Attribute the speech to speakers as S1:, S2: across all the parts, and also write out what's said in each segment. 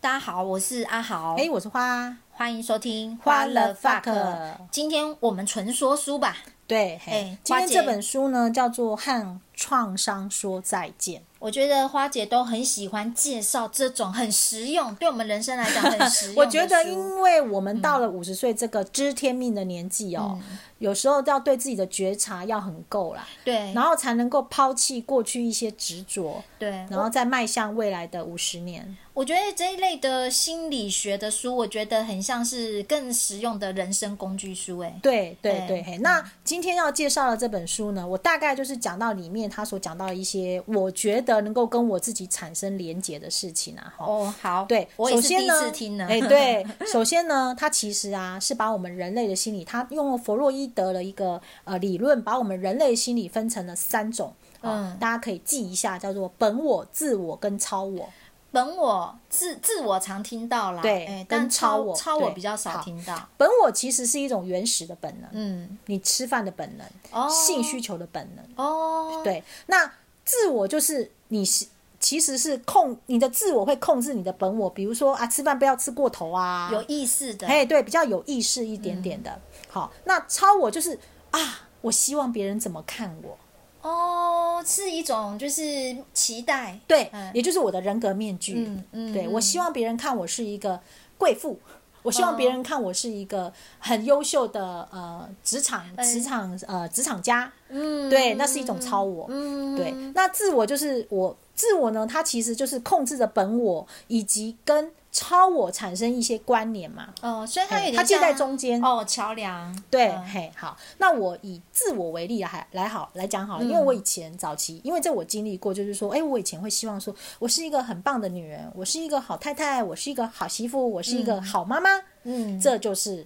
S1: 大家好，我是阿豪，
S2: 哎、我是花，
S1: 欢迎收听
S2: 花了 fuck
S1: 今天我们纯说书吧，
S2: 对，
S1: 哎
S2: 嘿，今
S1: 花
S2: 天
S1: 姐
S2: 这本书呢叫做《和创伤说再见》，
S1: 我觉得花姐都很喜欢介绍这种很实用，对我们人生来讲很实用的 书。
S2: 我
S1: 嗯
S2: 觉得，因为我们到了五十岁这个知天命的年纪哦，有时候要对自己的觉察要很够啦，
S1: 对
S2: 然后才能够抛弃过去一些执着，
S1: 对，
S2: 然后再迈向未来的五十年。
S1: 我觉得这一类的心理学的书，我觉得很像是更实用的人生工具书。哎，
S2: 对对
S1: 对
S2: 对，嘿，那今天要介绍的这本书呢，我大概就是讲到里面他所讲到的一些，我觉得能够跟我自己产生连结的事情啊，哈。
S1: 哦，好，
S2: 对，
S1: 我也
S2: 首
S1: 是第
S2: 先
S1: 一
S2: 呢
S1: 次听呢。
S2: 哎，对，首先呢，它其实啊是把我们人类的心理，它用了弗洛伊德的一个呃理论，把我们人类心理分成了三种。哦
S1: 嗯
S2: 大家可以记一下，叫做本我、自我跟超我。
S1: 本我自自我常听到啦，
S2: 对
S1: 哎
S2: 跟
S1: 但超
S2: 超我
S1: 超我
S2: 对
S1: 比较少
S2: 好
S1: 听到。
S2: 本我其实是一种原始的本能，
S1: 嗯，
S2: 你吃饭的本能，
S1: 哦，
S2: 性需求的本能。
S1: 哦，
S2: 对，那自我就是你是。其实是控你的自我会控制你的本我，比如说啊，吃饭不要吃过头啊，
S1: 有意识的，
S2: 哎，对，比较有意识一点点
S1: 嗯
S2: 的。好，那超我就是啊，我希望别人怎么看我，
S1: 哦，是一种就是期待，
S2: 对，
S1: 嗯
S2: 也就是我的人格面具。
S1: 嗯嗯
S2: 对
S1: 嗯
S2: 我希望别人看我是一个贵妇。我希望
S1: 哦
S2: 别人看我是一个很优秀的呃职场职场呃职场家，
S1: 哎嗯，
S2: 对，那是一种超我。
S1: 嗯，
S2: 对，那自我就是我自我呢，它其实就是控制着本我以及跟超我产生一些关联嘛。
S1: 哦，所以它有
S2: 哎
S1: 点
S2: 它介在
S1: 像
S2: 中间
S1: 哦，桥梁，
S2: 对，
S1: 嗯
S2: 嘿，好，那我以自我为例啊还来好来讲好了，因为
S1: 嗯
S2: 我以前早期，因为这我经历过，就是说，哎，我以前会希望说，我是一个很棒的女人，我是一个好太太，我是一个好媳妇，我是一个好妈妈，
S1: 嗯，
S2: 这就是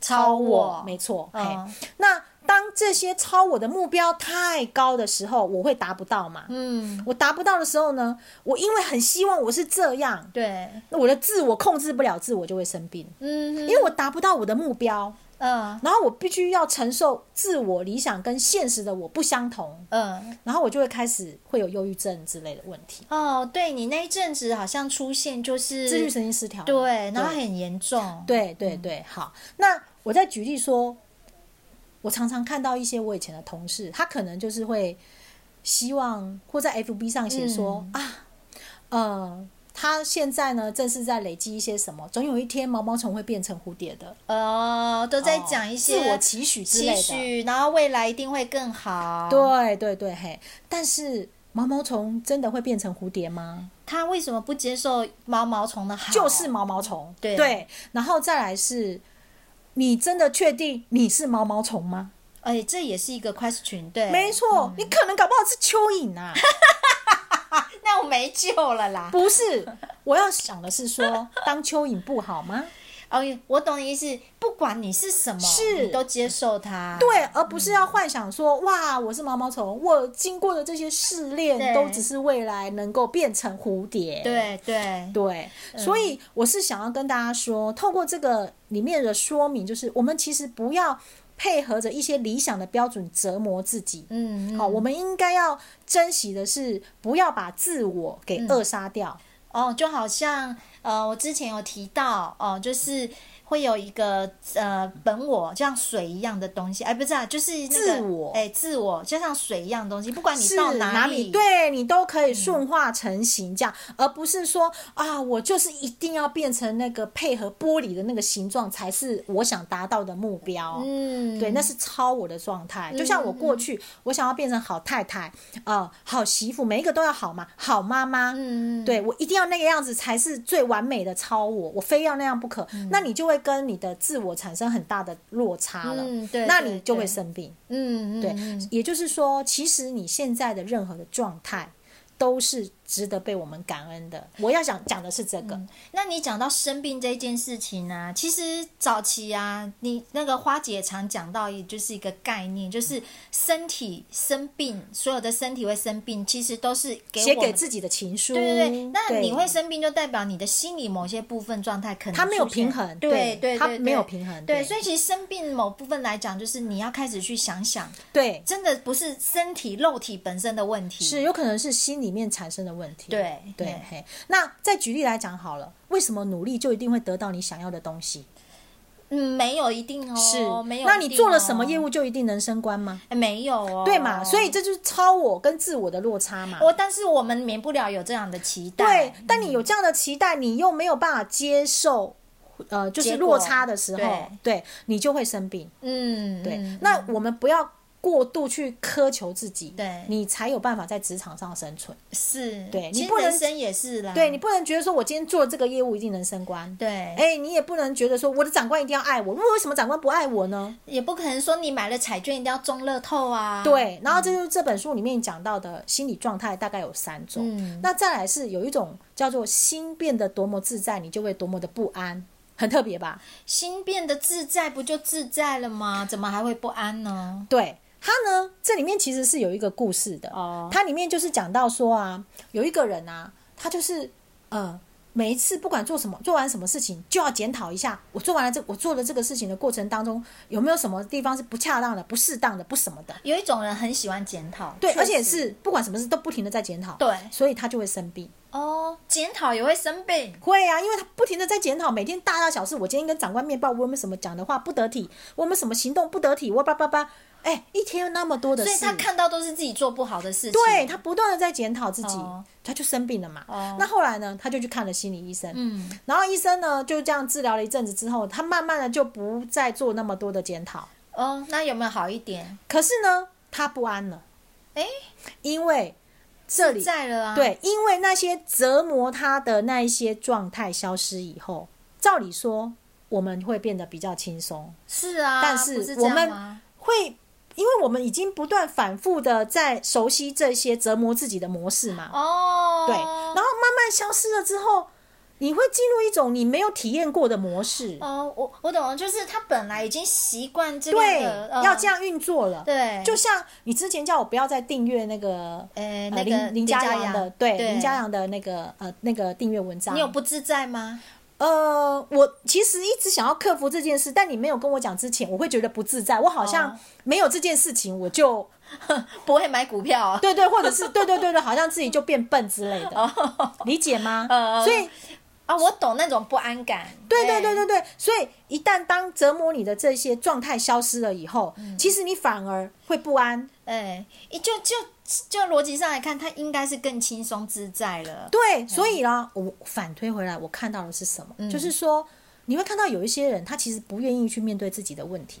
S1: 超
S2: 我
S1: 我，，
S2: 没错，嘿，
S1: 嗯
S2: 那当这些超我的目标太高的时候，我会达不到嘛？
S1: 嗯，
S2: 我达不到的时候呢，我因为很希望我是这样，
S1: 对，
S2: 那我的自我控制不了自我，就会生病，
S1: 嗯
S2: 因为我达不到我的目标。
S1: 嗯
S2: 然后我必须要承受自我理想跟现实的我不相同，
S1: 嗯，
S2: 然后我就会开始会有忧郁症之类的问题，
S1: 哦，对你那一阵子好像出现就是
S2: 自律神经失调。
S1: 对，然后嗯很严重，，
S2: 对对对，好。那我再举例说，我常常看到一些我以前的同事，他可能就是会希望或在 FB 上写说、
S1: 嗯
S2: 啊，呃。他现在呢，正是在累积一些什么，总有一天毛毛虫会变成蝴蝶的。
S1: 哦，都在讲一些
S2: 自我期许之
S1: 期
S2: 类的，
S1: 许，然后未来一定会更好，，
S2: 对对对，嘿，但是毛毛虫真的会变成蝴蝶吗？
S1: 他为什么不接受毛毛虫的好？
S2: 就是毛毛虫，
S1: 对
S2: 然后再来是，你真的确定你是毛毛虫吗？
S1: 哎、这也是一个 question，对，嗯
S2: 没错，你可能搞不好是蚯蚓 啊，
S1: 那我没救了啦。
S2: 不是。我要想的是说，当蚯蚓不好吗？
S1: 哦，我懂你意思，不管你是什么，
S2: 是
S1: 你都接受它。
S2: 对，而不是
S1: 嗯
S2: 要幻想说，哇，我是毛毛虫，我经过的这些试
S1: 对
S2: 炼都只是未来能够变成蝴蝶。
S1: 对嗯对
S2: 对，所
S1: 嗯
S2: 以我是想要跟大家说，透过这个里面的说明，就是我们其实不要配合着一些理想的标准折磨自己。
S1: 嗯，
S2: 好，我们应该要珍惜的是，不要把自我给
S1: 嗯
S2: 扼杀掉。
S1: 哦，就好像呃，我之前有提到哦，就是会有一个呃本我，就像水一样的东西，哎，不是啊，就是、那个、
S2: 自我
S1: 哎，自我就像水一样的东西，不管你
S2: 是
S1: 到
S2: 哪
S1: 里，嗯
S2: 对你都可以顺化成型，这样，而不是说啊，我就是一定要变成那个配合玻璃的那个形状，才是我想达到的目标。
S1: 嗯，
S2: 对，那是超我的状态。就像我过去，我想要变成好太太，呃，好媳妇，每一个都要好嘛，好妈妈。
S1: 嗯，
S2: 对我一定要那个样子才是最完美的超我，我非要那样不可。
S1: 嗯
S2: 那你就会跟你的自我产生很大的落差了，
S1: 嗯对
S2: 那
S1: 对
S2: 你就
S1: 对
S2: 会生病。
S1: 嗯嗯，
S2: 对，
S1: 嗯
S2: 也就是说，其实你现在的任何的状态。都是值得被我们感恩的。我要想讲的是这个，
S1: 那你讲到生病这件事情呢、其实早期啊，你那个花姐常讲到，也就是一个概念，就是身体生病，所有的身体会生病，其实都是给
S2: 写
S1: 我
S2: 给
S1: 们。
S2: 自己的情书。
S1: 对对对，那你
S2: 对
S1: 会生病，就代表你的心理某些部分状态可能
S2: 它没有
S1: 出现
S2: 平衡
S1: 对
S2: 对
S1: 对，
S2: 它
S1: 对
S2: 没有
S1: 对
S2: 平衡
S1: 对，
S2: 对
S1: 所以其实生病某部分来讲，就是你要开始去想想，
S2: 对
S1: 真的不是身体肉体本身的问题，
S2: 是有可能是心里面产生的问题。
S1: 对
S2: 对
S1: 嗯，
S2: 嘿。那再举例来讲好了，为什么努力就一定会得到你想要的东西？
S1: 嗯，没有一定哦，
S2: 是，
S1: 没有一定哦、
S2: 那你做了什么业务就一定能升官吗？
S1: 哎？没有哦，
S2: 对嘛？所以这就是超我跟自我的落差嘛。
S1: 我但是我们免不了有这样的期待，
S2: 对，但你有这样的期待，你又没有办法接受，呃，就是
S1: 结果
S2: 落差的时候，
S1: 对
S2: 对你就会生病。
S1: 嗯，
S2: 对，
S1: 嗯
S2: 那我们不要过度去苛求自己，
S1: 对
S2: 你才有办法在职场上生存。
S1: 是，
S2: 对你
S1: 其实
S2: 不能
S1: 人生也是啦，
S2: 对你不能觉得说我今天做这个业务一定能升官，
S1: 对，
S2: 哎、你也不能觉得说我的长官一定要爱我，为什么长官不爱我呢？
S1: 也不可能说你买了彩券一定要中乐透啊，，
S2: 对，然后这就是这本书里面讲到的心理状态，大概有三种。
S1: 嗯
S2: 那再来是有一种叫做心变得多么自在，你就会多么的不安，很特别吧？
S1: 心变得自在不就自在了吗？怎么还会不安呢？
S2: 对它呢，这里面其实是有一个故事的。
S1: 哦
S2: 它里面就是讲到说啊，有一个人啊，他就是呃，每一次不管做什么，做完什么事情，就要检讨一下，我做完了这我做的这个事情的过程当中，有没有什么地方是不恰当的、不适当的、不什么的？
S1: 有一种人很喜欢检讨，
S2: 对，
S1: 确
S2: 而且
S1: 实
S2: 是不管什么事都不停的在检讨，
S1: 对
S2: 所以他就会生病。
S1: 哦，检讨也会生病，
S2: 会啊，因为他不停的在检讨，每天大大小事。我今天跟长官面报，我有没有什么讲的话不得体？我有没有什么行动不得体？我叭叭叭，哎，一天那么多的
S1: 所
S2: 事，
S1: 以他看到都是自己做不好的事情，
S2: 对他不断的在检讨自己，
S1: 哦
S2: 他就生病了嘛。
S1: 哦
S2: 那后来呢，他就去看了心理医生，
S1: 嗯，
S2: 然后医生呢就这样治疗了一阵子之后，他慢慢的就不再做那么多的检讨，
S1: 哦，那有没有好一点？
S2: 可是呢，他不安了，
S1: 哎，
S2: 因为这里、
S1: 在了啊，，
S2: 对，因为那些折磨他的那一些状态消失以后，照理说我们会变得比较轻松，
S1: 是啊，
S2: 但
S1: 不
S2: 是
S1: 是这
S2: 我
S1: 样
S2: 们
S1: 吗
S2: 会。因为我们已经不断反复的在熟悉这些折磨自己的模式嘛，
S1: 哦，
S2: 对，然后慢慢消失了之后，你会进入一种你没有体验过的模式，
S1: 哦，我我懂了，就是他本来已经习惯这个
S2: 对，
S1: 的呃
S2: 要这样运作了。
S1: 对，
S2: 就像你之前叫我不要再订阅那个
S1: 呃
S2: 呃
S1: 那个
S2: 林林嘉
S1: 阳
S2: 阳的，对
S1: 对
S2: 林嘉阳的那个呃那个订阅文章，
S1: 你有不自在吗？
S2: 呃，我其实一直想要克服这件事，但你没有跟我讲之前，我会觉得不自在，我好
S1: 哦
S2: 像没有这件事情，我 就
S1: 不会买股票、啊，
S2: 对对，或者是对对对对，好像自己就变笨之类的，
S1: 哦
S2: 理解吗
S1: 嗯嗯？
S2: 所以
S1: 啊，我懂那种不安感。哎
S2: 对对对对对，所以一旦当折磨你的这些状态消失了以后，
S1: 嗯
S2: 其实你反而会不安。
S1: 哎，一就就就逻辑上来看，他应该是更轻松自在了。
S2: 对，所以呢，我反推回来，我看到的是什么？
S1: 嗯
S2: 就是说，你会看到有一些人，他其实不愿意去面对自己的问题。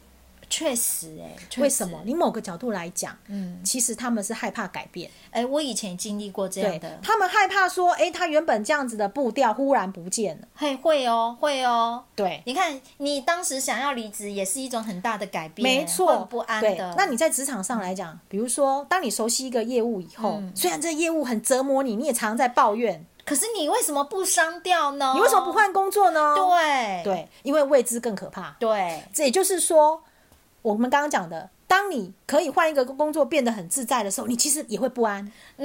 S1: 确实、哎，确实
S2: 为什么？？你某个角度来讲，
S1: 嗯，
S2: 其实他们是害怕改变，
S1: 哎，我以前经历过这样
S2: 对
S1: 的，
S2: 他们害怕说，诶，他原本这样子的步调忽然不见了。
S1: 嘿，会哦，会哦。
S2: 对，
S1: 你看，你当时想要离职，也是一种很大的改变，
S2: 没
S1: 会
S2: 错，
S1: 不安
S2: 对
S1: 的。，
S2: 那你在职场上来讲，比如说，当你熟悉一个业务以后，
S1: 嗯
S2: 虽然这业务很折磨你，你也常在抱怨，
S1: 可是你为什么不商掉呢？
S2: 你为什么不？换工作呢？
S1: 哦对
S2: 对，因为未知更可怕。
S1: 对，
S2: 这也就是说，我们刚刚讲的，当你可以换一个工作变得很自在的时候，你其实也会不安。
S1: 嗯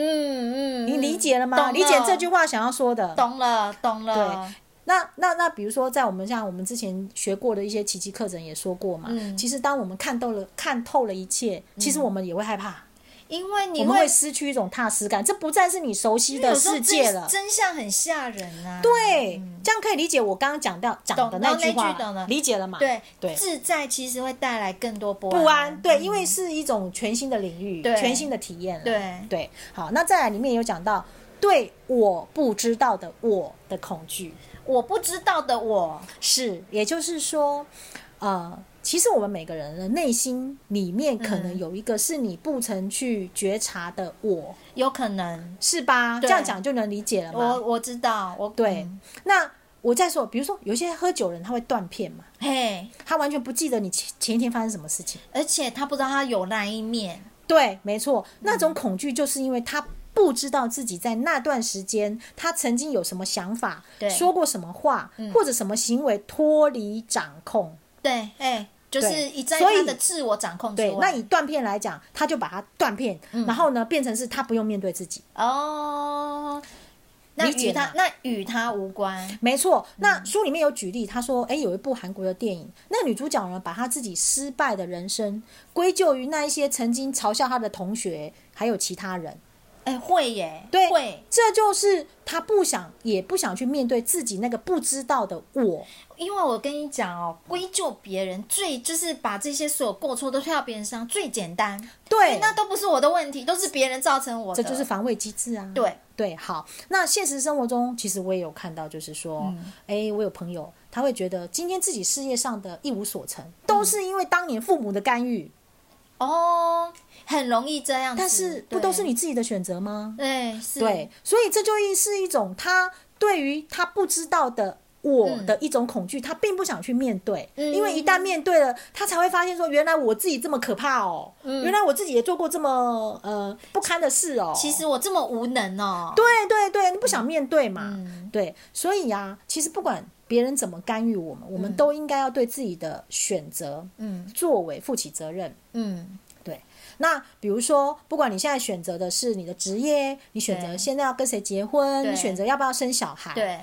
S1: 嗯，
S2: 你理解了
S1: 懂
S2: 吗？
S1: 了
S2: 理解这句话想要说的。
S1: 懂了，懂了。
S2: 那那那，比如说，在我们像我们之前学过的一些奇迹课程也说过嘛，
S1: 嗯
S2: 其实当我们看透了看透了一切，其实我们也会害怕，
S1: 因为嗯你
S2: 我们会失去一种踏实感，这不再是你熟悉的
S1: 有时候
S2: 世
S1: 真
S2: 界了。
S1: 真相很吓人啊。
S2: 对，这样可以理解我刚刚讲到讲的
S1: 懂
S2: 那
S1: 懂那
S2: 句话
S1: 句懂了
S2: 理解了吗？
S1: 对
S2: 对，
S1: 自在其实会带来更多不嗯
S2: 不安，对，因为是一种全新的领域，
S1: 对
S2: 全新的体验了。
S1: 对
S2: 对，好，那再来里面有讲到对我不知道的我的恐惧，
S1: 我不知道的我，
S2: 是，也就是说，呃，其实我们每个人的内心里面可能
S1: 嗯
S2: 有一个是你不曾去觉察的我，
S1: 有可能
S2: 是吧？
S1: 对
S2: 这样讲就能理解了
S1: 我
S2: 吗？
S1: 我知道我
S2: 对，
S1: 嗯
S2: 那我再说，比如说有些喝酒人他会断片嘛，
S1: 嘿，
S2: 他完全不记得你前前一天发生什么事情。
S1: 而且他不知道他有那一面，
S2: 对，没错，那
S1: 嗯
S2: 种恐惧就是因为他不知道自己在那段时间他曾经有什么想法
S1: 对，嗯
S2: 说过什么话，或者什么行为脱离掌控。
S1: 对，哎，就是
S2: 对
S1: 一在
S2: 所以
S1: 他的自我掌控之
S2: 对，那
S1: 外。
S2: 以断片来嗯讲，他就把它断片，然后呢，变成是他不用面对自己。
S1: 哦，那
S2: 理解
S1: 与他
S2: 吗
S1: 那与他无关，
S2: 没错，那书里面有举例，他说，诶，有一部韩国的电影，那女主角呢，把她自己失败的人生归咎于那一些曾经嘲笑她的同学，还有其他人。
S1: 哎，会耶，
S2: 对，
S1: 会，
S2: 这就是他不想也不想去面对自己那个不知道的我。
S1: 因为我跟你讲哦，归咎别人最就是把这些所有过错都推到别人身上最简单，因
S2: 对
S1: 为，那都不是我的问题，都是别人造成我
S2: 这
S1: 的，
S2: 就是防卫机制啊。
S1: 对，
S2: 对，好。那现实生活中，其实我也有看到，就是说，
S1: 嗯
S2: 哎、我有朋友他会觉得今天自己事业上的一无所成，都是因为当年父母的干预，
S1: 嗯哦，很容易这样子，
S2: 但是不都是
S1: 对
S2: 你自己的选择吗？
S1: 对是，
S2: 对，所以这就一是一种他对于他不知道的我
S1: 嗯
S2: 的一种恐惧，他并不想去面对，
S1: 嗯
S2: 因为一旦面对了，他才会发现说，原来我自己这么可怕哦，
S1: 嗯
S2: 原来我自己也做过这么呃不堪的事哦。
S1: 其实我这么无能哦，
S2: 对对对，你不想面对嘛？
S1: 嗯
S2: 对，所以啊，其实不管别人怎么干预我们，我们都应该要对自己的选择、
S1: 嗯
S2: 作为负起责任。
S1: 嗯
S2: 对，那比如说，不管你现在选择的是你的职业，你选择
S1: 对
S2: 现在要跟谁结婚，
S1: 对
S2: 你选择要不要生小孩，，
S1: 对，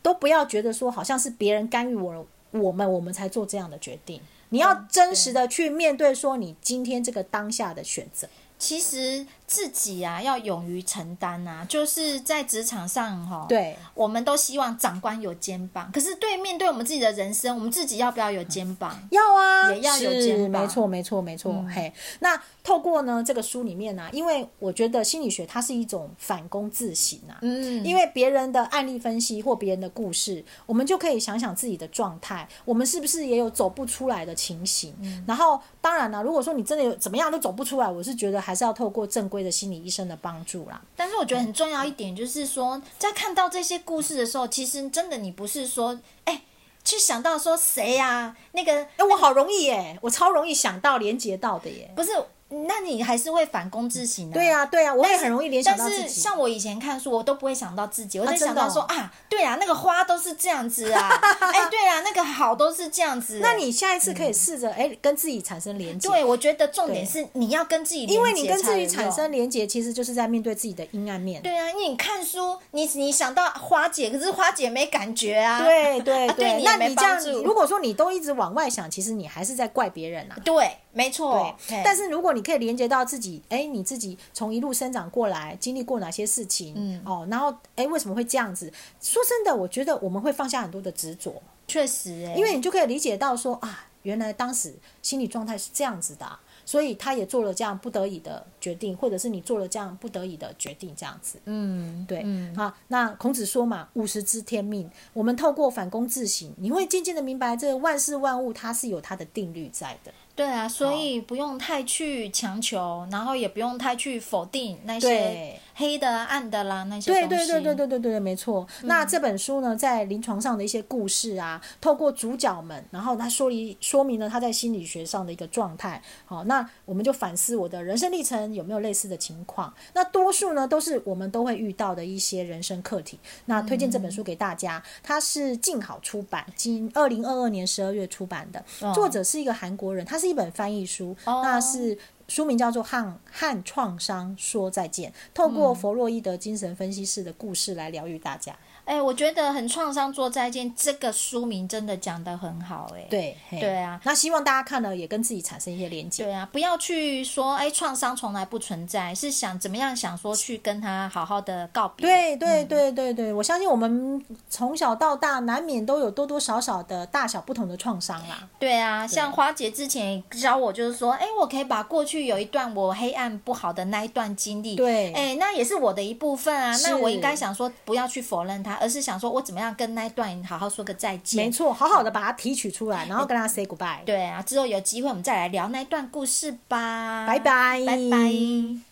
S2: 都不要觉得说好像是别人干预我我们，我们才做这样的决定。你要真实的去面对，说你今天这个当下的选择。
S1: 其实自己啊要勇于承担啊，就是在职场上哈、哦，。
S2: 对，
S1: 我们都希望长官有肩膀，可是对面对我们自己的人生，我们自己要不要有肩膀？
S2: 要啊，
S1: 也要有
S2: 是
S1: 肩膀嗯
S2: 没错，没错，没错。嘿，那透过呢这个书里面呢、啊因为我觉得心理学它是一种反躬自省啊，
S1: 嗯，
S2: 因为别人的案例分析或别人的故事，我们就可以想想自己的状态，我们是不是也有走不出来的情形？
S1: 嗯
S2: 然后，当然啦、如果说你真的有怎么样都走不出来，我是觉得还是要透过正规的心理医生的帮助啦。
S1: 但是我觉得很重要一点就是说，在看到这些故事的时候，其实真的你不是说，哎、去想到说谁呀、那个
S2: 哎、我好容易耶、我超容易想到连接到的耶。
S1: 不是，那你还是会反躬自省的、
S2: 对呀、对呀、啊我也很容易联想
S1: 啊但
S2: 到自
S1: 是
S2: 己。
S1: 像我以前看书，我都不会想到自己，我在
S2: 真
S1: 想
S2: 的
S1: 到说
S2: 哦
S1: 啊对啊，那个花都是这样子 啊，哎、对啊，那个好都是这样子。
S2: 那你下一次可以试着哎、跟自己产生连接。
S1: 对我觉得重点
S2: 对
S1: 是你要跟自己连接才
S2: 因
S1: 有
S2: 为
S1: 用，
S2: 你跟自己产生连接，其实就是在面对自己的阴暗面。
S1: 对啊，因为你看书，你你想到花姐，可是花姐没感觉啊。
S2: 对对
S1: 啊对你也
S2: 那
S1: 没
S2: 你这样
S1: 帮，助
S2: 如果说你都一直往外想，其实你还是在怪别人啊。
S1: 对，没错。
S2: 对
S1: 嘿，
S2: 但是如果你可以连接到自己，哎，你自己从一路生长过来，经历过哪些事情，
S1: 嗯
S2: 哦，然后哎，为什么会这样子？说真的，我觉得我们会放下很多的执着，
S1: 确实、欸，
S2: 因为你就可以理解到说啊，原来当时心理状态是这样子的啊、所以他也做了这样不得已的决定，或者是你做了这样不得已的决定，这样子。
S1: 嗯，
S2: 对，
S1: 嗯
S2: 好，那孔子说嘛，五十知天命。我们透过反躬自省，你会渐渐的明白，这万事万物它是有它的定律在的。
S1: 对啊，所以不用太去强求，然后也不用太去否定那
S2: 对
S1: 些黑的啊、暗的啦，那些
S2: 对
S1: 东
S2: 对
S1: 西嗯
S2: 对对对对对，没错。那这本书呢，在临床上的一些故事啊，透过主角们，然后他说一说明了他在心理学上的一个状态。好，那我们就反思我的人生历程有没有类似的情况。那多数呢，都是我们都会遇到的一些人生课题。那推荐这本书给大家，
S1: 嗯
S2: 它是静好出版，今二零二二年十二月出版的，
S1: 哦
S2: 作者是一个韩国人，它是一本翻译书，
S1: 哦
S2: 那是书名叫做《和和创伤说再见》，透过弗洛伊德精神分析师的故事来疗愈大家。
S1: 哎、我觉得很创伤做再见这个书名真的讲得很好、欸，哎，
S2: 对，嘿
S1: 对啊
S2: 那希望大家看了也跟自己产生一些连接。
S1: 对啊，不要去说哎，创伤从来不存在，是想怎么样想说去跟他好好的告别。
S2: 对嗯对对对对，我相信我们从小到大难免都有多多少少的大小不同的创伤啦。
S1: 对啊，像花姐之前也教我，就是说，哎，我可以把过去有一段我黑暗不好的那一段经历，
S2: 对
S1: 哎，那也是我的一部分啊。
S2: 是
S1: 那我应该想说，不要去否认它，而是想说我怎么样跟那一段好好说个再见。
S2: 没错，好好的把它提取出来，然后跟他 say goodbye。
S1: 对啊，之后有机会我们再来聊那一段故事吧。
S2: 拜拜
S1: 拜拜。